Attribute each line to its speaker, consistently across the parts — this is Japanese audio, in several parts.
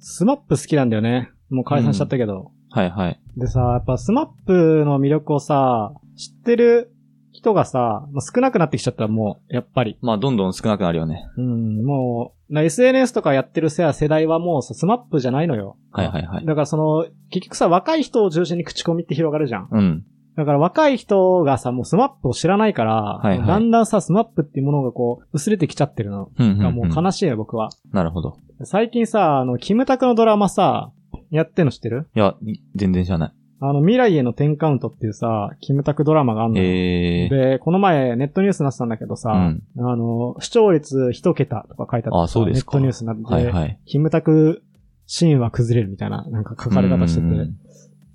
Speaker 1: スマップ好きなんだよね。もう解散しちゃったけど。
Speaker 2: はいはい。
Speaker 1: でさ、やっぱスマップの魅力をさ、知ってる人がさ、まあ少なくなってきちゃったもう、やっぱり。
Speaker 2: まあ、どんどん少なくなるよね。
Speaker 1: うん、もう、な SNS とかやってる世代はもうさ、スマップじゃないのよ。
Speaker 2: はいはいはい。
Speaker 1: だからその、結局さ、若い人を中心に口コミって広がるじゃん。
Speaker 2: うん。
Speaker 1: だから若い人がさ、もうスマップを知らないから、
Speaker 2: いはい
Speaker 1: だんだんさ、スマップっていうものがこう、薄れてきちゃってるの。
Speaker 2: うんうん、
Speaker 1: が
Speaker 2: うん。
Speaker 1: もう悲しいよ、僕は。
Speaker 2: なるほど。
Speaker 1: 最近さ、あの、キムタクのドラマさ、やってんの知ってる
Speaker 2: いや、い全然知らない。
Speaker 1: あの、未来への10カウントっていうさ、キムタクドラマがあんのよ。
Speaker 2: ええー。
Speaker 1: で、この前、ネットニュースになってたんだけどさ、
Speaker 2: うん。
Speaker 1: あの、視聴率一桁とか書いてあってさ
Speaker 2: あそうです
Speaker 1: ネ
Speaker 2: か
Speaker 1: ットニュースになってて、
Speaker 2: はいはい。
Speaker 1: キムタクシーンは崩れるみたいな、なんか書かれ方してて。
Speaker 2: うんうんうん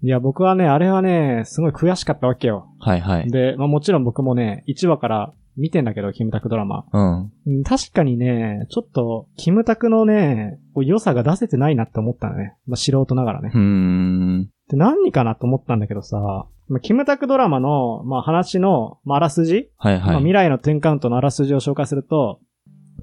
Speaker 1: いや、僕はね、あれはね、すごい悔しかったわけよ。
Speaker 2: はいはい。
Speaker 1: で、まあもちろん僕もね、1話から見てんだけど、キムタクドラマ。
Speaker 2: うん。
Speaker 1: うん確かにね、ちょっと、キムタクのね、こう良さが出せてないなって思ったのね。まあ素人ながらね
Speaker 2: う。ーん。
Speaker 1: で、何かなと思ったんだけどさ、まあ、キムタクドラマの、まあ、話の、まあ、あらすじ、
Speaker 2: はい
Speaker 1: まあ、
Speaker 2: はい。
Speaker 1: 未来の10カウントのあらすじを紹介すると、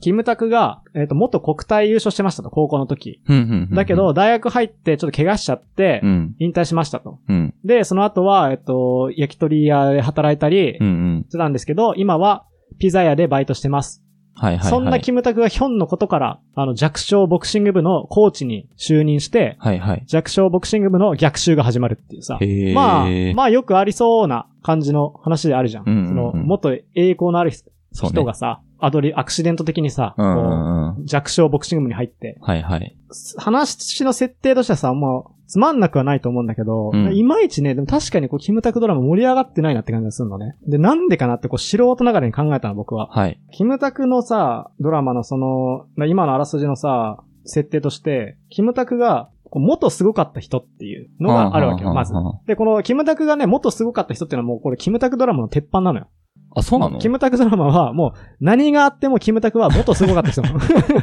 Speaker 1: キムタクが、えっ、と、元国体優勝してましたと、高校の時。
Speaker 2: うんうんうんうん
Speaker 1: だけ、ど、大学入ってちょっと怪我しちゃって
Speaker 2: う、ん。
Speaker 1: 引退しましたと。
Speaker 2: うん。
Speaker 1: で、その後は、えっ、と、焼き鳥屋で働いたり
Speaker 2: うんうん。
Speaker 1: してたんですけど、今は、ピザ屋でバイトしてます。
Speaker 2: はいはいはい。
Speaker 1: そんなキムタクがヒョンのことから、あの、弱小ボクシング部のコーチに就任して、
Speaker 2: はいはい。
Speaker 1: 弱小ボクシング部の逆襲が始まるっていうさ。
Speaker 2: へえ。
Speaker 1: まあ、まあよくありそうな感じの話であるじゃん。
Speaker 2: うんうんうん
Speaker 1: その、元栄光のある人
Speaker 2: そうね
Speaker 1: 人がさ、アドリ、アクシデント的にさ、
Speaker 2: うんう
Speaker 1: こ
Speaker 2: んうん。
Speaker 1: う弱小ボクシング部に入って、
Speaker 2: はいはい。
Speaker 1: す話の設定としてはさ、もう、つまんなくはないと思うんだけど、
Speaker 2: うん
Speaker 1: いまいちね、でも確かにこう、キムタクドラマ盛り上がってないなって感じがするのね。で、なんでかなってこう、素人ながらに考えたの僕は。
Speaker 2: はい。
Speaker 1: キムタクのさ、ドラマのその、まあ今のあらすじのさ、設定として、キムタクが、こう元すごかった人っていうのがあるわけよ、
Speaker 2: はあ
Speaker 1: まず
Speaker 2: は。あは
Speaker 1: で、この、キムタクがね、元すごかった人っていうのはもうこれ、キムタクドラマの鉄板なのよ。
Speaker 2: ああ、そうなの
Speaker 1: キムタクドラマは、もう、何があってもキムタクは元すごかった人なの。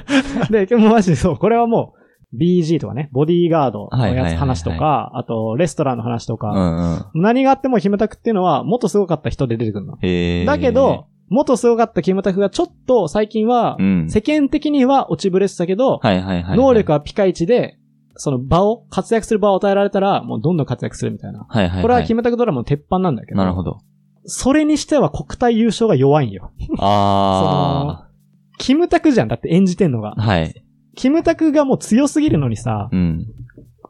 Speaker 1: で、もうマジでそう、これはもう、BG とかね、ボディーガードの
Speaker 2: はいはい
Speaker 1: や
Speaker 2: はい
Speaker 1: つ
Speaker 2: はい
Speaker 1: 話とか、あと、レストランの話と
Speaker 2: う
Speaker 1: か、
Speaker 2: んうん。
Speaker 1: 何があってもキムタクっていうのは、元すごかった人で出てくるの。
Speaker 2: へえ。
Speaker 1: だけど、、元すごかったキムタクがちょっと最近は
Speaker 2: う、ん。
Speaker 1: 世間的には落ちぶれてたけど、
Speaker 2: はいはいはい。
Speaker 1: 能力はピカイチで、その場を、活躍する場を与えられたら、もうどんどん活躍するみたいな。
Speaker 2: はいはいはい。
Speaker 1: これはキ
Speaker 2: め
Speaker 1: ムタクドラマの鉄板なんだけど。
Speaker 2: なる ほど。
Speaker 1: それにしては国体優勝が弱いんよ。
Speaker 2: あ
Speaker 1: キムタクじゃん。だって演じてんのが
Speaker 2: あ。。はい。
Speaker 1: キムタクがもう強すぎるのにさ、
Speaker 2: うん。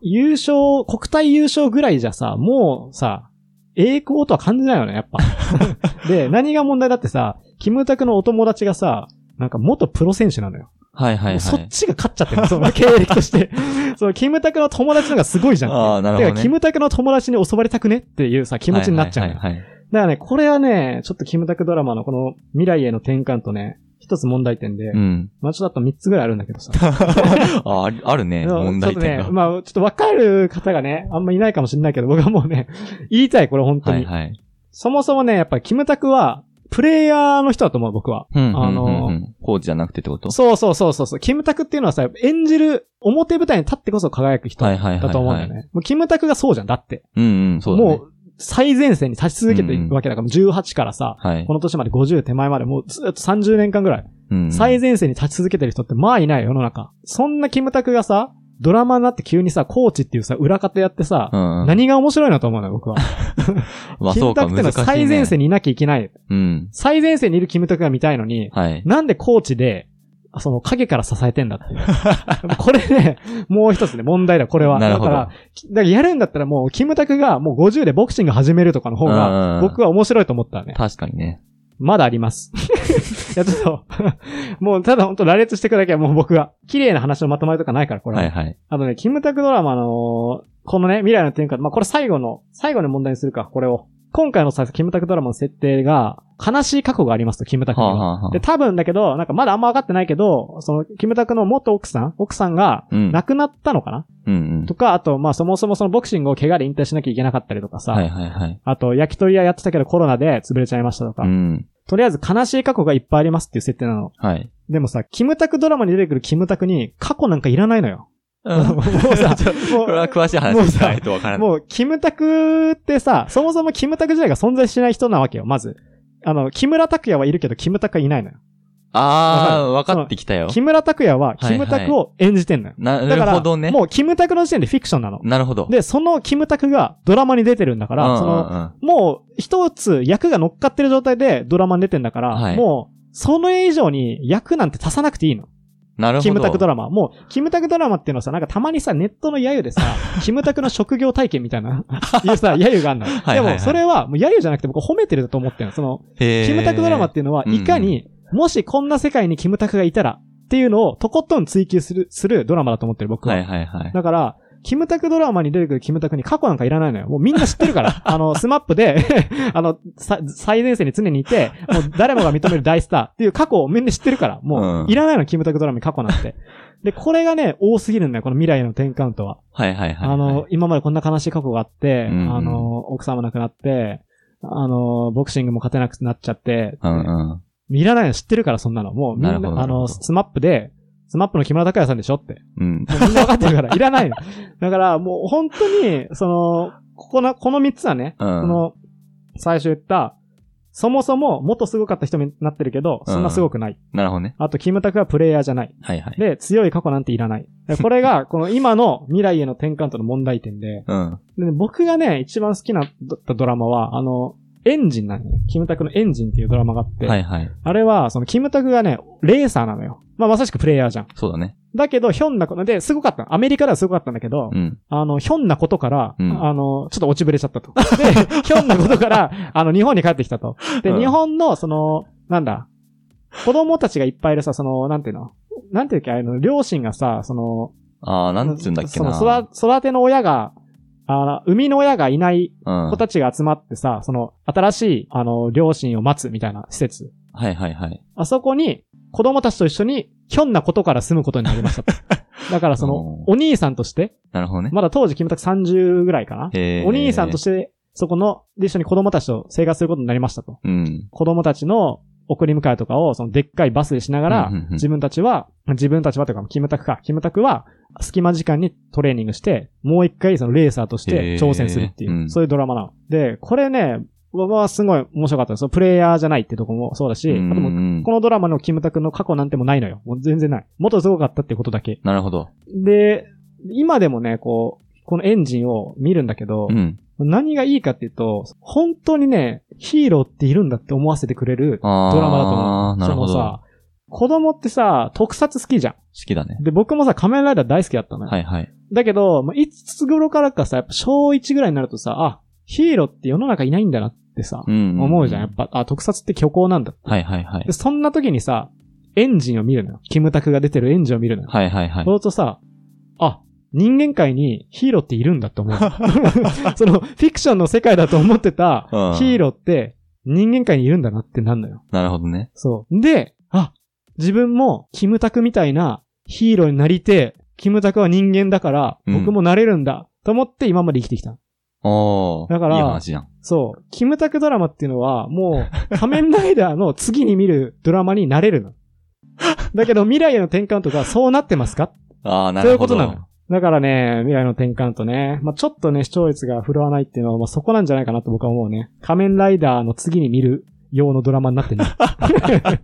Speaker 1: 優勝、国体優勝ぐらいじゃさ、もうさ、栄光とは感じないよね、やっぱ。 で、何が問題だってさ、キムタクのお友達がさ、なんか元プロ選手なのよ。
Speaker 2: はいはい
Speaker 1: もうそ
Speaker 2: は
Speaker 1: っ
Speaker 2: い。
Speaker 1: ちが勝っちゃってるの、その経歴と して。そのキムタクの友達の方がすごいじゃん。
Speaker 2: あーなるほどね
Speaker 1: てか、キムタクの友達に襲われたくねっていうさ、気持ちになっちゃうのよ。
Speaker 2: はいはいはい
Speaker 1: だからね、これはね、ちょっとキムタクドラマのこの未来への転換とね、一つ問題点で、
Speaker 2: はい。うん。
Speaker 1: まあちょっとあと3つぐらいあるんだけどさ。
Speaker 2: あ、あるあるね。
Speaker 1: あの
Speaker 2: 問
Speaker 1: ちょっ
Speaker 2: 題
Speaker 1: と
Speaker 2: 点
Speaker 1: ね
Speaker 2: が、。
Speaker 1: まあちょっとわかる方がね、あんまいないかもしれないけど、僕はもうね、言いたい、これ本当に。
Speaker 2: はいはい。
Speaker 1: そもそもね、やっぱりキムタクは、プレイヤーの人だと思う、僕は。
Speaker 2: うん
Speaker 1: あのー
Speaker 2: うんうんうんコーチじゃなくてってこと
Speaker 1: そうそうそうそうそう。キムタクっていうのはさ、演じる、表舞台に立ってこそ輝く人
Speaker 2: は
Speaker 1: だ
Speaker 2: いはいはいはい。
Speaker 1: と思うんだよね。もうキムタクがそうじゃん、だって。
Speaker 2: うんうん、そうだね。
Speaker 1: もう、最前線に立ち続けていくわけだから、18からさ、
Speaker 2: はい
Speaker 1: こ。の年まで50手前まで、もうずっと30年間ぐらい。
Speaker 2: うんうん
Speaker 1: 最前線に立ち続けてる人ってまあいないよ世の中。そんなキムタクがさ、ドラマになって急にさ、コーチっていうさ、裏方やってさ、
Speaker 2: うんうん。
Speaker 1: 何が面白いなと思うのよ、僕は。
Speaker 2: まあ
Speaker 1: キ
Speaker 2: そ
Speaker 1: ム
Speaker 2: うか、
Speaker 1: タクっての
Speaker 2: 難
Speaker 1: は
Speaker 2: しいね。
Speaker 1: 最前線にいなきゃいけない。
Speaker 2: うん。
Speaker 1: 最前線にいるキムタクが見たいのに、
Speaker 2: はい。
Speaker 1: なんでコーチで、その影から支えてんだって いう。これね、もう一つね、問題だ、これは。
Speaker 2: なる
Speaker 1: だ
Speaker 2: ほ
Speaker 1: か
Speaker 2: ど
Speaker 1: ら、きだからやるんだったらもう、キムタクがもう50でボクシング始めるとかの方
Speaker 2: うんうんう
Speaker 1: が、
Speaker 2: ん
Speaker 1: 僕は面白いと思ったね。
Speaker 2: 確かにね。
Speaker 1: まだあります。 いや、ちょっと、 もうただ本当羅列していくだけはもう僕が、綺麗な話のまとまりとかないから、これ。
Speaker 2: はいはい。
Speaker 1: あとね、キムタクドラマの、このね、未来の転換、まあ、これ最後の、最後の問題にするか、これを。今回のさ、キムタクドラマの設定が、悲しい過去がありますと、キムタク
Speaker 2: は
Speaker 1: には。
Speaker 2: あはあはあ
Speaker 1: で、多分だけど、なんかまだあんま分かってないけど、その、キムタクの元奥さん奥さんが、
Speaker 2: うん。
Speaker 1: 亡くなったのかな、
Speaker 2: うんうん
Speaker 1: と。か、あと、まあ、そもそもそのボクシングを怪我で引退しなきゃいけなかったりとかさ、
Speaker 2: はいはいはい。
Speaker 1: あと、焼き鳥屋やってたけどコロナで潰れちゃいましたとか、
Speaker 2: うん。
Speaker 1: とりあえず悲しい過去がいっぱいありますっていう設定なの。
Speaker 2: はい。
Speaker 1: でもさ、キムタクドラマに出てくるキムタクに過去なんかいらないのよ。 もうさ
Speaker 2: ちょ
Speaker 1: も
Speaker 2: これは
Speaker 1: う、
Speaker 2: 詳しい話しないとわからない。
Speaker 1: もうキムタクってさ、そもそもキムタク自体が存在しない人なわけよ、まず。あの、木村拓哉はいるけど、キムタクはいないのよ。
Speaker 2: あー、
Speaker 1: わ
Speaker 2: わ
Speaker 1: かる
Speaker 2: かってきたよ。
Speaker 1: 木村拓哉は、キムタクを演じてんのよ。
Speaker 2: な
Speaker 1: だ
Speaker 2: る
Speaker 1: か
Speaker 2: ほ
Speaker 1: ら、
Speaker 2: どね。
Speaker 1: もうキムタクの時点でフィクションなの。
Speaker 2: なるほど。
Speaker 1: で、そのキムタクがドラマに出てるんだか
Speaker 2: うんうん
Speaker 1: ら、
Speaker 2: うん
Speaker 1: その、もう一つ役が乗っかってる状態でドラマに出てんだから、
Speaker 2: はい
Speaker 1: もう、その以上に役なんて足さなくていいの。
Speaker 2: なるほど。
Speaker 1: キムタクドラマ。もう、キムタクドラマっていうのはさ、なんかたまにさ、ネットの揶揄で さ、キムタクの職業体験みたいな、いうさ、揶揄があるの。
Speaker 2: はいはい
Speaker 1: でも、それは、もう揶揄じゃなくて僕褒めてると思ってるの。その、
Speaker 2: へー
Speaker 1: キムタクドラマっていうのは、
Speaker 2: うん
Speaker 1: いかに、もしこんな世界にキムタクがいたら、っていうのをとことん追求する、するドラマだと思ってる僕は。
Speaker 2: はいはいは い。
Speaker 1: だから、キムタクドラマに出てくるキムタクに過去なんかいらないのよ。もうみんな知ってる から。あの、スマップで、 あの、さ最前線に常にいて、もう誰もが認める大スターっていう過去をみんな知ってるから。もう、
Speaker 2: うん
Speaker 1: いらないの、キムタクドラマに過去なんて。で、これがね、多すぎるんだよ、この未来への転換とは。
Speaker 2: はいはいはい。
Speaker 1: あの、、今までこんな悲しい過去があって、
Speaker 2: うんうん
Speaker 1: あの、奥さんも亡くなって、あの、ボクシングも勝てなくなっちゃって、
Speaker 2: うんうん。
Speaker 1: いらないの知ってるから、そんなの。もう、みん
Speaker 2: なるほど
Speaker 1: な、
Speaker 2: な
Speaker 1: あ
Speaker 2: るほど
Speaker 1: の、スマップで、スマップの木村拓哉さんでしょって。
Speaker 2: うん。
Speaker 1: もうみんな分かってるから、いらないの。だから、もう本当に、その、ここの、この三つはね、
Speaker 2: う
Speaker 1: そ
Speaker 2: ん。
Speaker 1: の、最初言った、そもそも、もっとすごかった人になってるけど、そんなすごくない。
Speaker 2: なるほどね。
Speaker 1: あと、キムタクはプレイヤーじゃない。
Speaker 2: はいはい。
Speaker 1: で、強い過去なんていらない。でこれ が、この今の未来への転換との問題点で、
Speaker 2: うん。
Speaker 1: でね僕がね、一番好きなドドラマは、あの、エンジンなのね。キムタクのエンジンっていうドラマがあって、
Speaker 2: はいはい。
Speaker 1: あれは、その、キムタクがね、レーサーなのよ。まあ、まさしくプレイヤーじゃん。
Speaker 2: そうだね。
Speaker 1: だけど、ひょんなことで、すごかったの。アメリカではすごかったんだけど、
Speaker 2: うん。
Speaker 1: あの、ひょんなことから、
Speaker 2: うん
Speaker 1: あの、ちょっと落ちぶれちゃったと。 で、ひょんなことから、あの、日本に帰ってきたと。で、
Speaker 2: うん
Speaker 1: 日本の、その、なんだ、子供たちがいっぱいいるさ、その、なんていうのなんていうか、あの、両親がさ、その、
Speaker 2: あー、なんつうんだっけな。
Speaker 1: その、育育ての親が、あ生みの親がいない
Speaker 2: うん。
Speaker 1: 子たちが集まってさ、その、新しい、あの、両親を待つみたいな施設。
Speaker 2: はいはいはい。
Speaker 1: あそこに、子供たちと一緒に、ひょんなことから住むことになりました と。だからその、お兄さんとして、
Speaker 2: なるほどね。
Speaker 1: まだ当時、キムタク30ぐらいかな。
Speaker 2: へー
Speaker 1: お兄さんとして、そこの、で一緒に子供たちと生活することになりましたと。
Speaker 2: うん。
Speaker 1: 子供たちの送り迎えとかを、そのでっかいバスでしながら
Speaker 2: うんうんうん、
Speaker 1: 自分たちは、自分たちはというか、キムタクか、キムタクは、隙間時間にトレーニングして、もう一回そのレーサーとして挑戦するってい
Speaker 2: へーう
Speaker 1: う、
Speaker 2: ん
Speaker 1: そういうドラマなの。で、これね、僕はすごい面白かったです。そのプレイヤーじゃないってとこもそうだし、あと
Speaker 2: うんう
Speaker 1: もうんこのドラマのキムタクの過去なんてもうないのよ。もう全然ない。元すごかったってことだけ。
Speaker 2: なるほど。
Speaker 1: で、今でもね、こう、このエンジンを見るんだけど
Speaker 2: う、ん。
Speaker 1: 何がいいかっていうと、本当にね、ヒーローっているんだって思わせてくれる
Speaker 2: あー。
Speaker 1: ドラマだと思う。
Speaker 2: なるほど。
Speaker 1: その
Speaker 2: 好
Speaker 1: さ、子供ってさ、特撮好きじゃ
Speaker 2: きだね。
Speaker 1: ん。で、僕もさ、仮面ライダー大好きだったのよ。
Speaker 2: はいはい。
Speaker 1: だけど、まあ、いつ頃からかさ、やっぱ小1ぐらいになるとさ、あ、ヒーローって世の中いないんだなってさ、
Speaker 2: うん。
Speaker 1: 思うじゃん。やっぱ、あ、特撮って虚構なんだって。
Speaker 2: はいはいはい
Speaker 1: で、。そんな時にさ、エンジンを見るのよ。キムタクが出てるエンジンを見るのよ。
Speaker 2: はいはいはい
Speaker 1: そ。うするとさ、あ、人間界にヒーローっているんだって思う。 その、フィクションの世界だと思ってた
Speaker 2: うん
Speaker 1: ヒーローって人間界にいるんだなってなんのよ。
Speaker 2: なるほどね。
Speaker 1: そう。で、あ、自分もキムタクみたいなヒーローになりてえ、キムタクは人間だから、
Speaker 2: うん
Speaker 1: 僕もなれるんだ、と思って今まで生きてきた。
Speaker 2: おー。
Speaker 1: だから
Speaker 2: いい話じゃん。
Speaker 1: そう。キムタクドラマっていうのは、も う、仮面ライダーの次に見るドラマになれるの。だけど、未来への転換とか、そうなってますか
Speaker 2: あー、な
Speaker 1: そうい
Speaker 2: る
Speaker 1: うこ
Speaker 2: ほど。
Speaker 1: となのよ。だからね、未来の転換とね、まあ、ちょっとね、視聴率が振るわないっていうのは、まあ、そこなんじゃないかなと僕は思うね。仮面ライダーの次に見る用のドラマになってんね。っ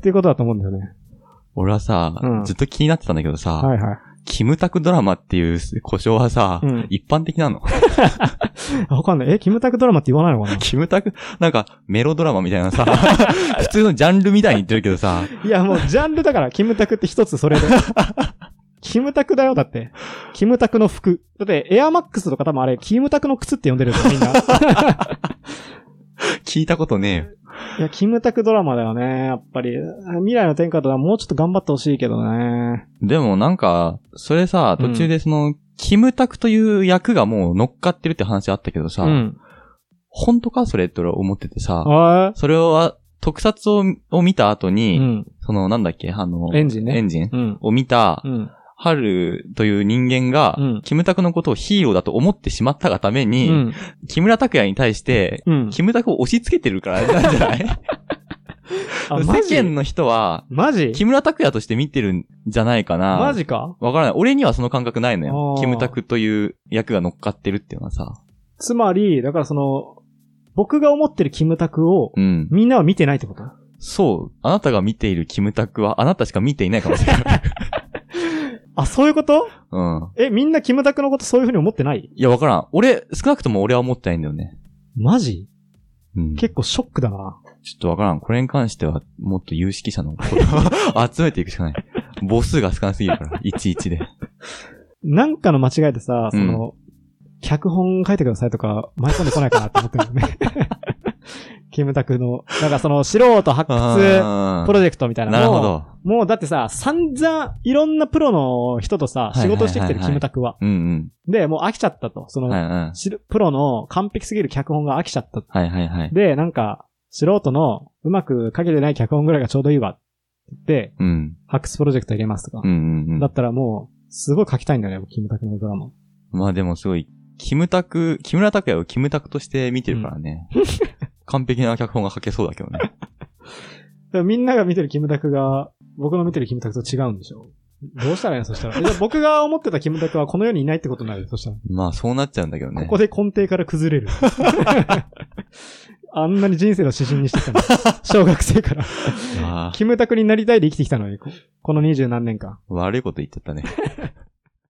Speaker 1: ていうことだと思うんだよね。
Speaker 2: 俺はさ、
Speaker 1: うん
Speaker 2: ずっと気になってたんだけどさ、
Speaker 1: はいはい。
Speaker 2: キムタクドラマっていう故障はさ、
Speaker 1: うん
Speaker 2: 一般的なの
Speaker 1: あわかんない。え、キムタクドラマって言わないのか
Speaker 2: キムタク、なんかメロドラマみたいなさ、 普通のジャンルみたいに言ってるけどさ、
Speaker 1: ないや、もうジャンルだから、キムタクって一つそれで。 キムタクだよ、だって。キムタクの服。だって、エアマックスとか多分あれ、キムタクの靴って呼んでるよ、みんな。
Speaker 2: 聞いたことねえよ。
Speaker 1: いや、キムタクドラマだよね、やっぱり。未来の天下とはもうちょっと頑張ってほしいけどね。
Speaker 2: でもなんか、それさ、
Speaker 1: うん
Speaker 2: 途中でその、キムタクという役がもう乗っかってるって話あったけどさ、
Speaker 1: うん。
Speaker 2: 本当かそれって俺は思っててさ、
Speaker 1: あ
Speaker 2: それは特撮をを見た後
Speaker 1: う
Speaker 2: に、
Speaker 1: ん。
Speaker 2: そのなんだっけ、あの、
Speaker 1: エンジン
Speaker 2: エ
Speaker 1: ね。
Speaker 2: ンジン
Speaker 1: うん。
Speaker 2: を見た
Speaker 1: う、ん。
Speaker 2: 春という人間が、
Speaker 1: うん
Speaker 2: キムタクのことをヒーローだと思ってしまったがため
Speaker 1: う
Speaker 2: に、
Speaker 1: ん。
Speaker 2: 木村拓哉に対して、
Speaker 1: うん。
Speaker 2: キムタクを押し付けて るからなんじゃない
Speaker 1: あ、マジ
Speaker 2: 世間の人は、
Speaker 1: マジ
Speaker 2: 木村拓哉として見てるんじゃないかな。
Speaker 1: マジか
Speaker 2: わからない。俺にはその感覚ないのよ
Speaker 1: あ。ー
Speaker 2: キムタクという役が乗っかってるっていうのはさ。
Speaker 1: つまり、だからその、僕が思ってるキムタクを、
Speaker 2: うん。
Speaker 1: みんなは見てないってこと
Speaker 2: そう。あなたが見ているキムタクは、あなたしか見ていないかもしれ ない。
Speaker 1: あ、そういうこと
Speaker 2: うん。
Speaker 1: え、みんなキムタクのことそういうふうに思ってない
Speaker 2: いや、わからん。俺、少なくとも俺は思ってないんだよね。
Speaker 1: マジ
Speaker 2: うん。ちょ
Speaker 1: 結構ショックだな。
Speaker 2: っとわからん。これに関しては、もっと有識者の声を 集めていくしかない。母数が少なすぎるから、 いちいちで。
Speaker 1: なんかの間違いでさ、
Speaker 2: う
Speaker 1: そ
Speaker 2: ん
Speaker 1: の、脚本書いてくださいとか、舞い込んでこないかなって思ってるよ ね。キムタクの、なんかその、素人発掘
Speaker 2: あー
Speaker 1: プロジェクトみたいな
Speaker 2: なる
Speaker 1: のを
Speaker 2: ほど。
Speaker 1: もうだってさ、散々いろんなプロの人とさ、
Speaker 2: いはい
Speaker 1: 仕
Speaker 2: はい
Speaker 1: 事してきてるキムタクは。
Speaker 2: うん
Speaker 1: で、もう飽きちゃったと。そ
Speaker 2: うん。はい
Speaker 1: の、
Speaker 2: うん。
Speaker 1: しプロの完璧すぎる脚本が飽きちゃった。
Speaker 2: はいはいはい。
Speaker 1: で、なんか、素人のうまく書けてない脚本ぐらいがちょうどいいわって言って、
Speaker 2: うん。
Speaker 1: ハックスプロジェクト入れますとか
Speaker 2: う。んうんう
Speaker 1: だ
Speaker 2: ん。
Speaker 1: ったらもう、すごい書きたいんだよね、僕キムタクのドラマ。
Speaker 2: まあでもすごい、キムタク、木村拓哉をキムタクとして見てるから ね。完璧な脚本が書けそうだけどね。
Speaker 1: でもみんなが見てるキムタクが、僕の見てるキムタクと違うんでしょどうしたらいいのそしたら。えじゃあ僕が思ってたキムタクはこの世にいないってことになる。そしたら。
Speaker 2: まあそうなっちゃうんだけどね。
Speaker 1: ここで根底から崩れる。あんなに人生の指針にしてたの。小学生から。
Speaker 2: ああ
Speaker 1: キムタクになりたいで生きてきたのに、ここの二十何年間。
Speaker 2: 悪いこと言っちゃったね。